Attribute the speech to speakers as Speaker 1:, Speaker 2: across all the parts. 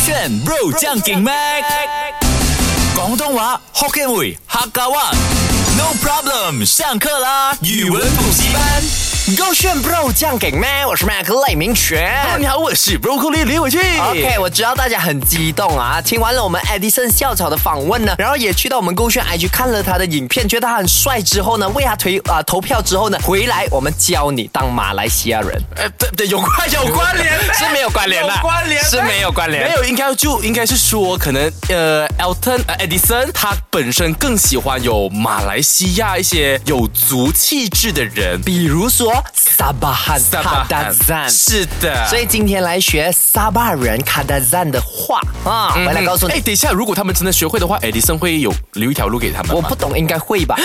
Speaker 1: 选 Bro 将劲 Mac，广东话 Hokkien 语客家话。No problem，上课啦！语文补习班。
Speaker 2: 勾炫 bro 酱给妹，我是 Mac 赖明全。
Speaker 3: 哎你好，我是 Broccoli 李伟俊。
Speaker 2: OK，我知道大家很激动啊！听完了我们 Edison 校草的访问呢，然后也去到我们勾炫 IG 看了他的影片，觉得他很帅之后呢，为他推啊、投票之后呢，回来我们教你当马来西亚人
Speaker 3: 呃，对对，有关有关联咩，
Speaker 2: 是没有关联的，啊
Speaker 3: 有关联咩
Speaker 2: 是没有关联
Speaker 3: 没有，应该就应该是说，可能呃，Elton 呃，Edison 他本身更喜欢有马来西亚一些有族气质的人。
Speaker 2: 比如说沙巴汉、卡达赞。
Speaker 3: 是的，
Speaker 2: 所以今天来学沙巴人卡达赞的话啊，我来告诉你
Speaker 3: 哎，，等一下，如果他们真的学会的话，Edison 会有留一条路给他们
Speaker 2: 我
Speaker 3: 吗。
Speaker 2: 不懂，应该会吧？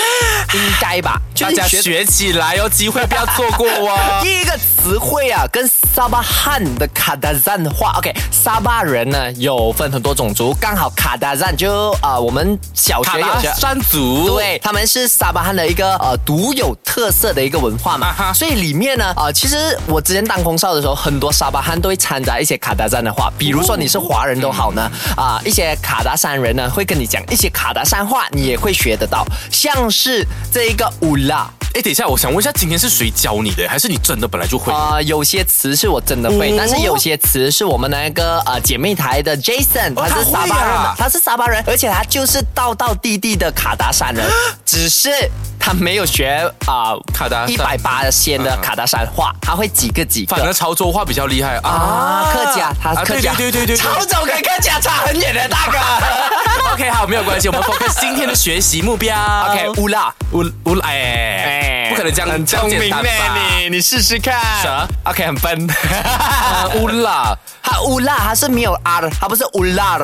Speaker 2: 应该吧？就
Speaker 3: 啊大
Speaker 2: 是
Speaker 3: 家学起来哦，机会不要错过 哦。
Speaker 2: 第一个词汇啊，跟沙巴汉的卡达赞话，OK，沙巴人呢有分很多种族，刚好卡达赞就啊、呃我们小
Speaker 3: 卡
Speaker 2: 学
Speaker 3: 拉
Speaker 2: 有学。
Speaker 3: 山族，
Speaker 2: 对，他们是沙巴汉的一个呃独有特色的一个文化嘛
Speaker 3: 啊哈
Speaker 2: 所以里面呢，呃，其实我之前当空少的时候，很多沙巴汉都会掺杂一些卡达赞的话，比如说你是华人都好呢，
Speaker 3: 嗯
Speaker 2: 啊、一些卡达山人呢会跟你讲一些卡达山话，你也会学得到，像是这一个乌拉，
Speaker 3: 哎，等一下，我想问一下，今天是谁教你的？还是你真的本来就会？
Speaker 2: 啊、有些词是我真的会，
Speaker 3: 哦
Speaker 2: 但是有些词是我们那个呃姐妹台的 Jason，
Speaker 3: 哦
Speaker 2: 他是
Speaker 3: 他
Speaker 2: 沙
Speaker 3: 会
Speaker 2: 巴人嘛，
Speaker 3: 啊
Speaker 2: 他是沙巴人，而且他就是道道地地的卡达山人，只是他没有学啊、
Speaker 3: 啊卡达
Speaker 2: 一
Speaker 3: 山嗯
Speaker 2: 百八仙的卡达山话，他会几个几
Speaker 3: 反而
Speaker 2: 个。
Speaker 3: 潮州话比较厉害
Speaker 2: 啊，客家，他
Speaker 3: 啊
Speaker 2: 客家，
Speaker 3: 对对对对对
Speaker 2: 潮州跟客家差很远的大哥。
Speaker 3: OK，好，没有关系，我们 focus 今天的学习目标。
Speaker 2: OK，乌拉，
Speaker 3: 我我 哎，不可能这样这样简单吧？
Speaker 2: 你，你试试看。
Speaker 3: 啥
Speaker 2: OK，很 笨。
Speaker 3: 啊 乌拉，
Speaker 2: 它乌拉，它是没有 R，它不是乌拉，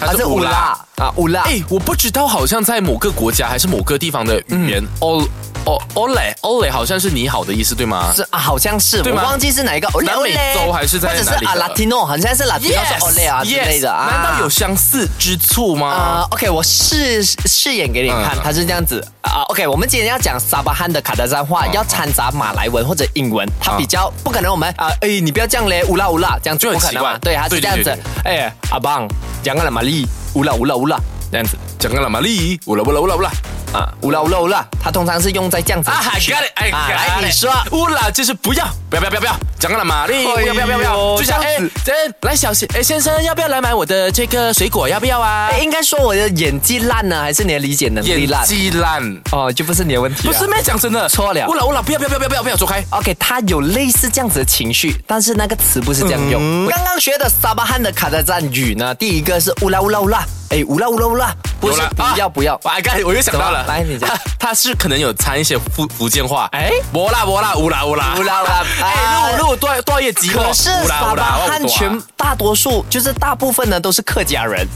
Speaker 2: 它
Speaker 3: 它
Speaker 2: 是
Speaker 3: 是
Speaker 2: 乌
Speaker 3: 乌
Speaker 2: 拉
Speaker 3: 拉
Speaker 2: 啊，乌拉。
Speaker 3: 哎，我不知道，好像在某个国家还是某个地方的语言，ole ole ole 好像是你好的意思，对吗？
Speaker 2: 是啊，好像是，我
Speaker 3: 对吗
Speaker 2: 忘记是哪一个。哦
Speaker 3: 南美洲还是在
Speaker 2: 或者是
Speaker 3: 哪里的
Speaker 2: 啊，Latino，好像是 Latino 是 Ole 啊之类的啊。
Speaker 3: 难道有相似之处吗
Speaker 2: 啊、o k 我试试演给你看，
Speaker 3: 嗯
Speaker 2: 它是这样子啊。OK，我们今天要讲沙巴汉的卡达山话，要掺杂马来文或者英文，它比较不可能。我们啊，哎，你不要这样嘞，乌拉乌拉这样子
Speaker 3: 就
Speaker 2: 不
Speaker 3: 很
Speaker 2: 可
Speaker 3: 奇
Speaker 2: 能嘛
Speaker 3: 怪？
Speaker 2: 对，它是
Speaker 3: 对
Speaker 2: 这
Speaker 3: 对
Speaker 2: 样子
Speaker 3: 对。
Speaker 2: 哎，阿棒，讲个了玛丽，乌拉乌拉乌拉这样子
Speaker 3: 讲个了玛丽，乌拉乌拉乌拉乌拉
Speaker 2: 啊，乌拉乌拉乌拉，它通常是用在这样子
Speaker 3: 啊
Speaker 2: 的情绪。
Speaker 3: ，got it，
Speaker 2: 啊来你说。
Speaker 3: 乌拉就是不要，不要不要不要不要，讲了玛丽，不
Speaker 2: 哎呦
Speaker 3: 要不要不要不要，就想
Speaker 2: 这
Speaker 3: 哎
Speaker 2: 样子，
Speaker 3: 这来小先哎先生要不要来买我的这个水果，要不要啊？
Speaker 2: 哎，应该说我的演技烂呢，还是你的理解能力
Speaker 3: 演
Speaker 2: 烂？
Speaker 3: 技烂，
Speaker 2: 哦，就不是你的问题、
Speaker 3: 不是。咩？讲真的，
Speaker 2: 错了
Speaker 3: 乌拉乌拉，不要不要不要不要不要不要，走开。
Speaker 2: OK，他有类似这样子的情绪，但是那个词不是这样用。
Speaker 3: 嗯
Speaker 2: 我刚刚学的沙巴汉的卡达赞语呢，第一个是乌拉乌拉乌拉，哎，乌拉乌拉乌拉，不是
Speaker 3: 有了
Speaker 2: 不要
Speaker 3: 啊
Speaker 2: 不要，
Speaker 3: 我刚我又想到了
Speaker 2: 怎，么来你讲
Speaker 3: 他他是可能有掺一些福福建话，
Speaker 2: 哎
Speaker 3: 哎，我啦我啦乌拉乌拉
Speaker 2: 乌拉乌拉啊
Speaker 3: 哎，如果如果多多一集，
Speaker 2: 可是
Speaker 3: 乌拉
Speaker 2: 沙
Speaker 3: 乌
Speaker 2: 巴
Speaker 3: 拉我
Speaker 2: 汉
Speaker 3: 多啊
Speaker 2: 全大多数就是大部分呢都是客家人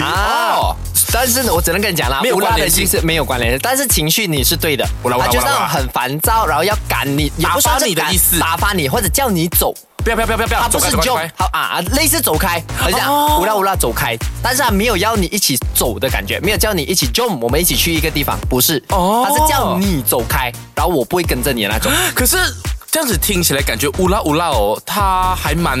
Speaker 2: 啊
Speaker 3: 哦。
Speaker 2: 但是呢，我只能跟你讲啦，
Speaker 3: 没有
Speaker 2: 乌拉
Speaker 3: 关
Speaker 2: 的
Speaker 3: 联性
Speaker 2: 意思没有关联，但是情绪你是对的，
Speaker 3: 乌拉乌拉
Speaker 2: 他就是
Speaker 3: 乌拉
Speaker 2: 那
Speaker 3: 乌
Speaker 2: 种
Speaker 3: 拉
Speaker 2: 很烦躁，然后要赶你，也不算
Speaker 3: 打发
Speaker 2: 是
Speaker 3: 你的
Speaker 2: 赶
Speaker 3: 意思
Speaker 2: 打发你或者叫你走，
Speaker 3: 不要不要不要不要不
Speaker 2: 他
Speaker 3: 要，
Speaker 2: 不
Speaker 3: 走
Speaker 2: 是
Speaker 3: 开走开走
Speaker 2: joke，
Speaker 3: 开。
Speaker 2: 好啊，啊类似走开，而且
Speaker 3: 哦
Speaker 2: 乌拉乌拉走开，但是他没有要你一起走的感觉，没有叫你一起 jump，我们一起去一个地方，不是，
Speaker 3: 哦
Speaker 2: 他是叫你走开，然后我不会跟着你的那种，
Speaker 3: 可是这样子听起来感觉乌拉乌拉哦，它还蛮。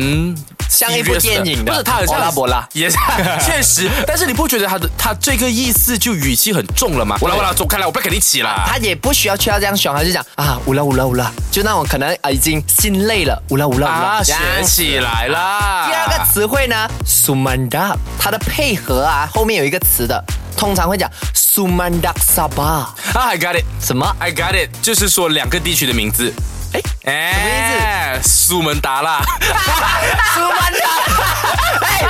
Speaker 2: 像一部电影的
Speaker 3: 不是它很像
Speaker 2: 欧拉博拉
Speaker 3: 也是确实，但是你不觉得它的它这个意思就语气很重了吗？乌拉乌拉，走开来，我不要跟你起啦。
Speaker 2: 他也不需要去到这样凶，他就讲啊乌拉乌拉乌拉，就那种可能啊已经心累了，乌拉乌拉乌拉
Speaker 3: 啊，
Speaker 2: 这
Speaker 3: 学
Speaker 2: 样。
Speaker 3: 起来啦！
Speaker 2: 第二个词汇呢，sumanda，它的配合啊后面有一个词的，通常会讲 sumanda sabah，
Speaker 3: 啊，I got it，I
Speaker 2: 什么？
Speaker 3: got it，就是说两个地区的名字。
Speaker 2: 哎，
Speaker 3: 哎，苏门答 腊，
Speaker 2: 苏曼达。哎，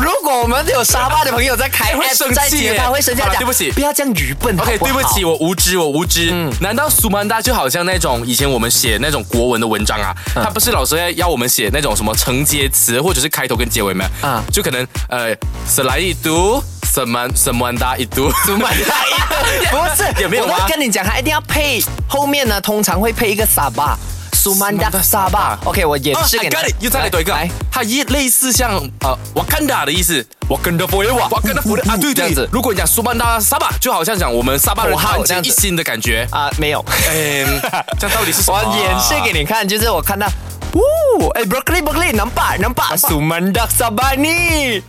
Speaker 2: 如果我们有沙巴的朋友在开
Speaker 3: 哎会
Speaker 2: app
Speaker 3: 生气
Speaker 2: 在听，
Speaker 3: 耶
Speaker 2: 他会生气，
Speaker 3: 好了
Speaker 2: 讲
Speaker 3: 对不起
Speaker 2: 不要这样愚笨。
Speaker 3: OK，
Speaker 2: 好
Speaker 3: 对
Speaker 2: 好嗯
Speaker 3: 不起，，我无知，我无知。难道苏曼达就好像那种以前我们写那种国文的文章啊？
Speaker 2: 嗯
Speaker 3: 他不是老师要要我们写那种什么承接词，或者是开头跟结尾吗？
Speaker 2: 啊
Speaker 3: 啊，就可能呃，斯莱一读，什么什么达一读，苏曼达一
Speaker 2: 不是，
Speaker 3: 也没有啊
Speaker 2: 我
Speaker 3: 吗
Speaker 2: 都跟你讲，他一定要配后面呢，通常会配一个沙巴。苏曼达沙巴，OK，我演示给你
Speaker 3: 啊，I got it，又再来多一个
Speaker 2: 来，
Speaker 3: 它一类似像呃，Wakanda 的意思，Wakanda forever，Wakanda forever 啊，对
Speaker 2: 嗯这
Speaker 3: 对
Speaker 2: 样子
Speaker 3: 如果你讲苏曼达沙巴，就好像讲我们沙巴人
Speaker 2: 口号
Speaker 3: 团
Speaker 2: 这
Speaker 3: 结
Speaker 2: 样子
Speaker 3: 一心的感 觉。
Speaker 2: 啊，没有，
Speaker 3: 嗯，这样到底是什么？
Speaker 2: 我演示给你看，就是我看到，呜，哎，broccoli broccoli，能把能把苏曼达沙巴尼。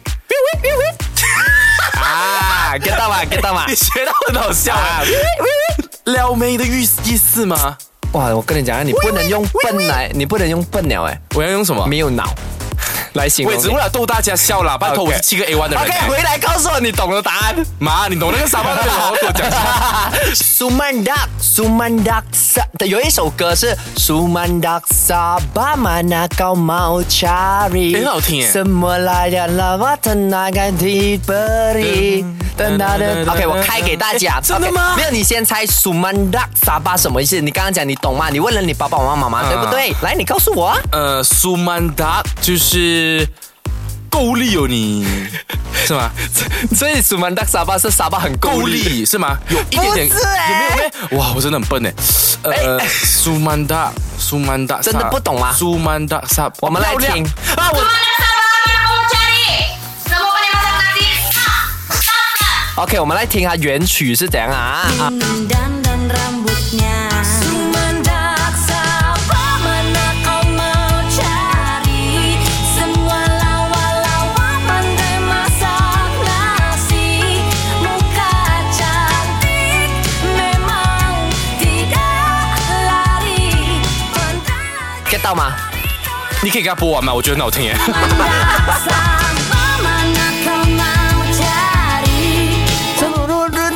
Speaker 2: 啊，get 到嘛，get 到嘛
Speaker 3: 你。学到很好笑啊！撩妹的意意思吗？
Speaker 2: 哇，我跟你讲啊，你不能用笨来，你不能用笨鸟哎，
Speaker 3: 我要用什么？
Speaker 2: 没有脑来形
Speaker 3: 我
Speaker 2: 容
Speaker 3: 也
Speaker 2: 你。
Speaker 3: 只为了逗大家笑啦，拜托
Speaker 2: OK
Speaker 3: 我是七个 A one 的人
Speaker 2: OK，
Speaker 3: 欸。
Speaker 2: 回来告诉我你懂的答案。
Speaker 3: 妈，你懂那个傻帽那个好好跟我讲一 下。
Speaker 2: Sumandak Sumandak sa，有一首歌是 Sumandak Sabah mana kau mau cari？
Speaker 3: Eh, 很好听耶。
Speaker 2: Semua layan lama tenaga diberi。等等等，OK，我开给大家。
Speaker 3: 真的吗
Speaker 2: OK，没有，你先猜 Sumandak Sabah 什么意思？你刚刚讲你懂吗？你问了你爸爸妈妈吗？对不对？来，你告诉我啊。
Speaker 3: 呃，苏曼达就是够力哦，你是 吗？
Speaker 2: 所以 Sumandak Sabah 是沙巴很
Speaker 3: 够力是吗？ 有一点点，
Speaker 2: 不是
Speaker 3: 有
Speaker 2: 欸
Speaker 3: 没有？有没有哇，我真的很笨哎。呃，苏曼达，苏曼达，
Speaker 2: 真的不懂吗啊
Speaker 3: 苏曼达萨，
Speaker 2: 我们来
Speaker 3: 漂亮
Speaker 2: 听
Speaker 3: 啊，我
Speaker 4: Mana sabarnya kamu cari? Semua pada masak nasi. Ah, masak.
Speaker 2: OK，我们来听它原曲是怎样啊？啊
Speaker 5: Dandan rambutnya Sumendak Sapa mana kau mau cari Semua lawa-lawa pandai masak nasi Muka cantik memang tidak lari
Speaker 2: ，get 到吗？
Speaker 3: 你可以给他播完吗？我觉得很好听 哎。
Speaker 5: Sumendak Sapa mana kau mau cari
Speaker 2: 哒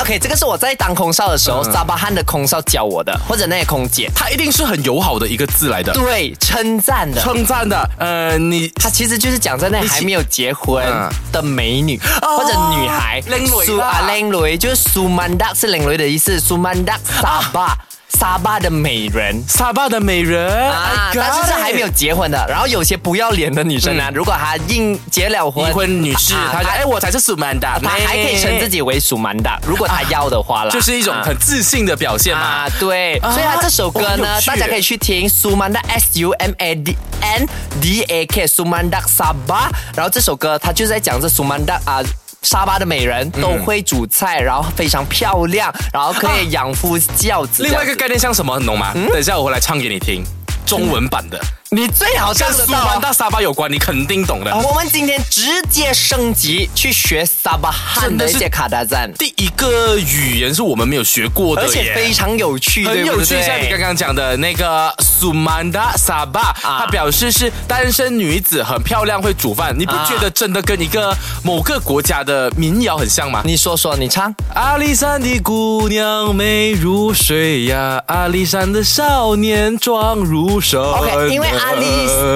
Speaker 2: OK，这个是我在当空少的
Speaker 3: 嗯
Speaker 2: 时候，沙巴汉的空少教我的，或者那些空姐，
Speaker 3: 他一定是很友好的一个字来的，
Speaker 2: 对，称赞的。
Speaker 3: 称赞的。呃，你
Speaker 2: 他其实就是讲在那还没有结婚
Speaker 3: 嗯
Speaker 2: 的美女、或者女孩，
Speaker 3: 靓女啦
Speaker 2: 苏啊，靓女就是苏曼达是靓女的意思，苏曼达沙
Speaker 3: 啊
Speaker 2: 巴沙巴的美人。
Speaker 3: 沙巴的美人
Speaker 2: 啊
Speaker 3: I，got
Speaker 2: 但是是
Speaker 3: it
Speaker 2: 还没有结婚的。然后有些不要脸的女生呢、啊如果她硬结了婚，
Speaker 3: 离嗯婚女士，
Speaker 2: 啊
Speaker 3: 她讲哎，我才是苏曼达，
Speaker 2: 她还可以称自己为苏曼达，如果她要的话啦，
Speaker 3: 就是一种
Speaker 2: 啊
Speaker 3: 很自信的表现嘛
Speaker 2: 啊。，对，所以他这首歌
Speaker 3: 哦很有
Speaker 2: 呢，
Speaker 3: 趣
Speaker 2: 大家可以去听苏曼达 S U M A D N D A K 苏曼达沙巴，然后这首歌他就是在讲这苏曼达啊。沙巴的美人都会煮菜，然后非常漂亮，然后可以养夫教子。
Speaker 3: 另外一个
Speaker 2: 这
Speaker 3: 概念像什么，你懂吗？等一下我回来唱给你听，中文版的，
Speaker 2: 样子，你最好
Speaker 3: 跟
Speaker 2: 唱得
Speaker 3: 苏
Speaker 2: 到
Speaker 3: 曼
Speaker 2: 啊、
Speaker 3: 达沙巴有关，你肯定懂的。
Speaker 2: 我们今天直接升级去学沙巴汉
Speaker 3: 真
Speaker 2: 的
Speaker 3: 的
Speaker 2: 一
Speaker 3: 是
Speaker 2: 些卡达赞，
Speaker 3: 第一个语言是我们没有学过的
Speaker 2: 而
Speaker 3: 耶，
Speaker 2: 且非常有趣，
Speaker 3: 很
Speaker 2: 对不
Speaker 3: 有趣，
Speaker 2: 对
Speaker 3: 像你刚刚讲的那个苏曼达萨巴，
Speaker 2: 啊
Speaker 3: 她表示是单身女子，很漂亮，会煮饭。你不觉得真的跟一个某个国家的民谣很像吗？
Speaker 2: 你说说，你唱。
Speaker 3: 阿里山的姑娘美如水呀，阿里山的少年壮如蛇。
Speaker 2: OK，因为阿里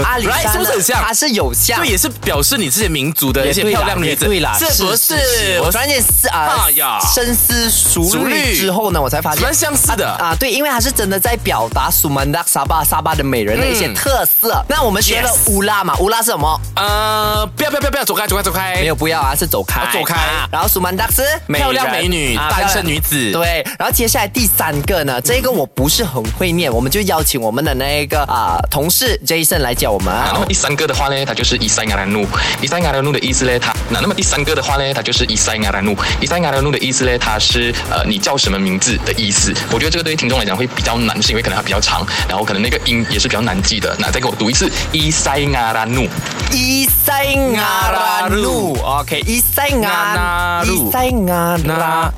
Speaker 2: 阿里
Speaker 3: 呃 Right，
Speaker 2: 山
Speaker 3: 是不是很像？
Speaker 2: 它是有像
Speaker 3: 对，，也是表示你自己民族的一些
Speaker 2: 对啦
Speaker 3: 漂亮女子，
Speaker 2: 也对啦，
Speaker 3: 是不是？
Speaker 2: 我突然间思啊
Speaker 3: 哎呀，
Speaker 2: 深思熟
Speaker 3: 熟
Speaker 2: 虑
Speaker 3: 虑
Speaker 2: 之后呢，我才发现
Speaker 3: 蛮相似的
Speaker 2: 啊，对，因为它是真的在表达苏门答沙巴沙巴的美人的一些特色。那我们学了
Speaker 3: Yes
Speaker 2: 乌拉嘛，乌拉是什么？
Speaker 3: 呃，不要不要不要不要，走开走开走开，
Speaker 2: 没有不要啊，是走开，
Speaker 3: 哎啊走开
Speaker 2: 啊然后苏曼达是
Speaker 3: 漂亮美女
Speaker 2: 啊
Speaker 3: 单
Speaker 2: 漂
Speaker 3: 身
Speaker 2: 亮
Speaker 3: 女子
Speaker 2: 对，然后接下来第三个呢，这个我不是很会念，我们就邀请我们的那个啊同事 Jason 来教我们啊
Speaker 6: 啊，。然后第三个的话呢，它就是伊塞亚兰努。伊塞亚兰努的意思呢，它那那么第三个的话呢，它就是伊塞亚兰努。伊塞亚兰努的意思呢，它是呃你叫什么名字的意思。我觉得这个对听众来讲会比较难，是因为可能它比较长，然后可能那个音也是比较难记的。那再给我读一次，伊塞亚兰努。
Speaker 2: 伊塞亚拉路，OK，伊塞亚
Speaker 3: 亚拉路
Speaker 2: 伊塞亚拉
Speaker 3: 那
Speaker 2: 拉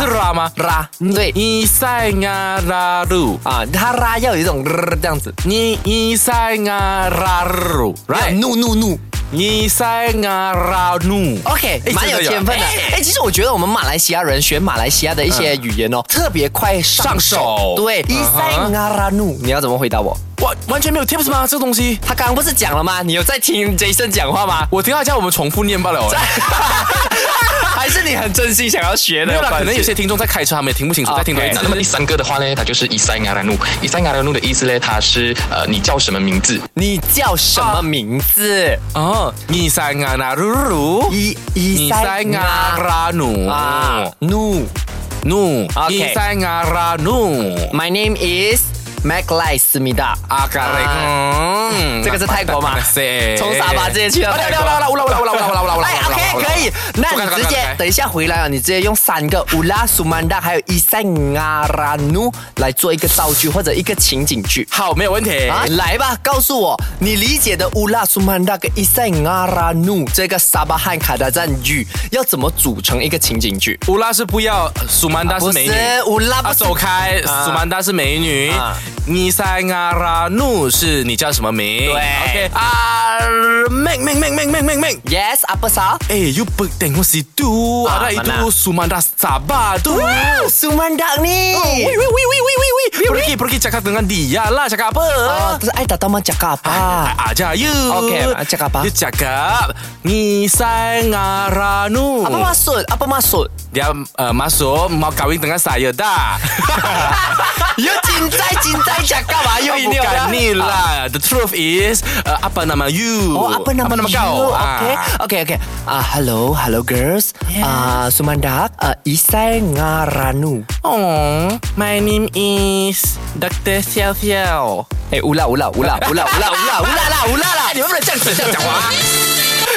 Speaker 3: 是拉吗？
Speaker 2: 拉，对
Speaker 3: 伊塞亚拉鲁，
Speaker 2: 啊，他拉要有一种这样子，
Speaker 3: 你伊塞亚拉鲁，right？
Speaker 2: 怒怒怒
Speaker 3: 伊塞亚拉努。
Speaker 2: ，OK，
Speaker 3: 哎
Speaker 2: 蛮有
Speaker 3: 真的有
Speaker 2: 天分的。哎，其实我觉得我们马来西亚人学马来西亚的一些语言哦，特别快上
Speaker 3: 嗯上
Speaker 2: 手
Speaker 3: 手。嗯
Speaker 2: 对，伊塞亚拉路，你要怎么回答我？
Speaker 3: 完完全没有 tips 吗？这个东西，
Speaker 2: 他刚刚不是讲了吗？你有在听 Jason 讲 话吗？
Speaker 3: 我听到叫我们重复念罢了哦。
Speaker 2: 还是你很真心想要学的？
Speaker 3: 没有啦，
Speaker 2: 关
Speaker 3: 可
Speaker 2: 系
Speaker 3: 能有些听众在开车，他们也听不清楚，再听多一
Speaker 2: OK
Speaker 3: 次
Speaker 6: 那。那么第三个的话呢，它就是伊塞亚兰努。伊塞亚兰努的意思呢，它是呃你叫什么名字。
Speaker 2: 你叫什么名字？
Speaker 3: 哦，伊塞亚拉鲁，
Speaker 2: 伊伊
Speaker 3: 伊塞
Speaker 2: 塞
Speaker 3: 亚
Speaker 2: 亚
Speaker 3: 拉努哦
Speaker 2: 啊，怒。
Speaker 3: 努，
Speaker 2: OK
Speaker 3: 伊塞亚拉努。
Speaker 2: My name is Mac l i 思密达
Speaker 3: 阿嘎雷，嗯，
Speaker 2: 这个是泰国吗？ 从沙巴直接去到
Speaker 3: 好了
Speaker 2: 泰国
Speaker 3: 好了好了，乌拉乌拉乌拉乌拉乌拉乌拉，
Speaker 2: 哎，OK，可以。那你直接
Speaker 3: 哎
Speaker 2: 等一下回来啊，你直接用三个乌拉苏曼达还有伊塞阿拉努来做一个造句或者一个情景剧。
Speaker 3: 好，没有问题。
Speaker 2: 啊，来吧，告诉我你理解的乌拉苏曼达跟伊塞阿拉努这个沙巴汉卡达赞语要怎么组成一个情景剧？
Speaker 3: 乌拉是不要，苏曼达是
Speaker 2: 不
Speaker 3: 美
Speaker 2: 是
Speaker 3: 女。
Speaker 2: 乌拉
Speaker 3: 啊，
Speaker 2: 不是
Speaker 3: 走开！苏曼达是美女
Speaker 2: 啊，
Speaker 3: 尼塞阿拉努是你叫什么名？
Speaker 2: 对
Speaker 3: ，OK 啊，妹妹妹妹妹妹妹。
Speaker 2: ，Yes，阿布萨。
Speaker 3: Eh, you perk tengok situ.
Speaker 2: Ah,
Speaker 3: Ada itu
Speaker 2: mana?
Speaker 3: Sumanda Sabah tu.
Speaker 2: s u m a n d a
Speaker 3: 喂
Speaker 2: Ah, ni。
Speaker 3: 喂喂喂喂喂，pergi pergi cakap dengan dia lah cakap apa?
Speaker 2: 啊，可是爱打到吗？讲个吧。
Speaker 3: Ah, aja you.
Speaker 2: Okey, cakap apa?
Speaker 3: You cakap ni saya ngaranu.
Speaker 2: Apa maksud? Apa maksud?
Speaker 3: Dia uh, masuk mau kahwin dengan saya dah.
Speaker 2: You 紧在紧在讲干嘛？又
Speaker 3: Bukan ni lah. The truth is uh, apa nama you?
Speaker 2: Oh, apa nama, Ah.
Speaker 3: kau?
Speaker 2: Okay, okay, okay. Ah, hello, hello girls. Ah, Sumandak. Ah, Isai Ngaranu.
Speaker 3: Oh, my name is Dr. Xiao Xiao.
Speaker 2: 哎，乌拉乌拉乌拉乌拉乌拉乌拉乌拉啦乌拉啦！你们不能这样子这样讲话。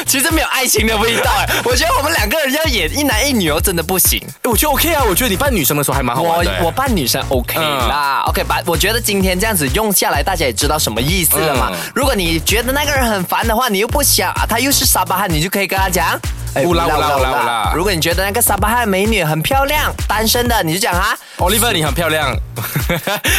Speaker 2: 其实没有爱情的味道哎，我觉得我们两个人要演一男一女哦，真的不行。
Speaker 3: 哎，我觉得 OK 啊，我觉得你扮女生的时候还蛮好
Speaker 2: 我
Speaker 3: 玩的。哎
Speaker 2: 我扮女生 OK 啦、o k 吧？我觉得今天这样子用下来，大家也知道什么意思了嘛。
Speaker 3: 嗯
Speaker 2: 如果你觉得那个人很烦的话，你又不想啊，他又是沙巴汉，你就可以跟他讲。哎
Speaker 3: 乌拉乌拉乌拉乌拉
Speaker 2: 如果你觉得那个沙巴汉美女很漂亮，单身的，你就讲啊，
Speaker 3: Oliver，你很漂亮。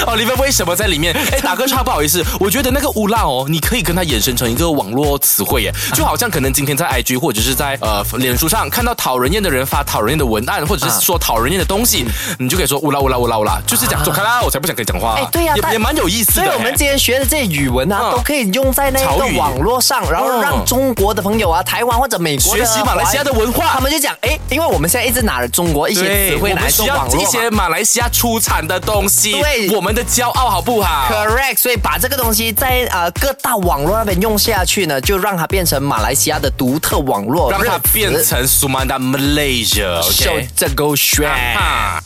Speaker 3: Oliver 为什么在里面？哎，打个岔，不好意思，我觉得那个乌浪哦，你可以跟它衍生成一个网络词汇耶，就好像可能今天在 IG 或者是在呃脸书上看到讨人厌的人发讨人厌的文案，或者
Speaker 2: 啊
Speaker 3: 是说讨人厌的东西，你就可以说乌拉乌拉乌拉乌拉，就是讲走开啦，我才不想跟你讲话。
Speaker 2: 啊哎对呀
Speaker 3: 也
Speaker 2: 但
Speaker 3: 也蛮有意思
Speaker 2: 所
Speaker 3: 的哎
Speaker 2: 以
Speaker 3: 耶。
Speaker 2: 我们今天学的这些语文啊，
Speaker 3: 嗯
Speaker 2: 都可以用在那
Speaker 3: 潮
Speaker 2: 个
Speaker 3: 语
Speaker 2: 网络上，然后
Speaker 3: 嗯
Speaker 2: 让中国的朋友啊、台湾或者美国的
Speaker 3: 学习马来西亚的文化
Speaker 2: 他们就讲，哎，因为我们现在一直拿着中国一些
Speaker 3: 对，
Speaker 2: 词汇
Speaker 3: 我
Speaker 2: 拿
Speaker 3: 们
Speaker 2: 来
Speaker 3: 需
Speaker 2: 做
Speaker 3: 要
Speaker 2: 网
Speaker 3: 一
Speaker 2: 络嘛
Speaker 3: 些马来西亚出产的东西，
Speaker 2: 对
Speaker 3: 我们的骄傲好不好？
Speaker 2: Correct，所以把这个东西在呃各大网络那边用下去呢，就让它变成马来西亚的独特网络
Speaker 3: 让
Speaker 2: 热
Speaker 3: 它
Speaker 2: 词
Speaker 3: 变成苏曼达 Malaysia，OK、
Speaker 2: 秀这勾选。
Speaker 3: 啊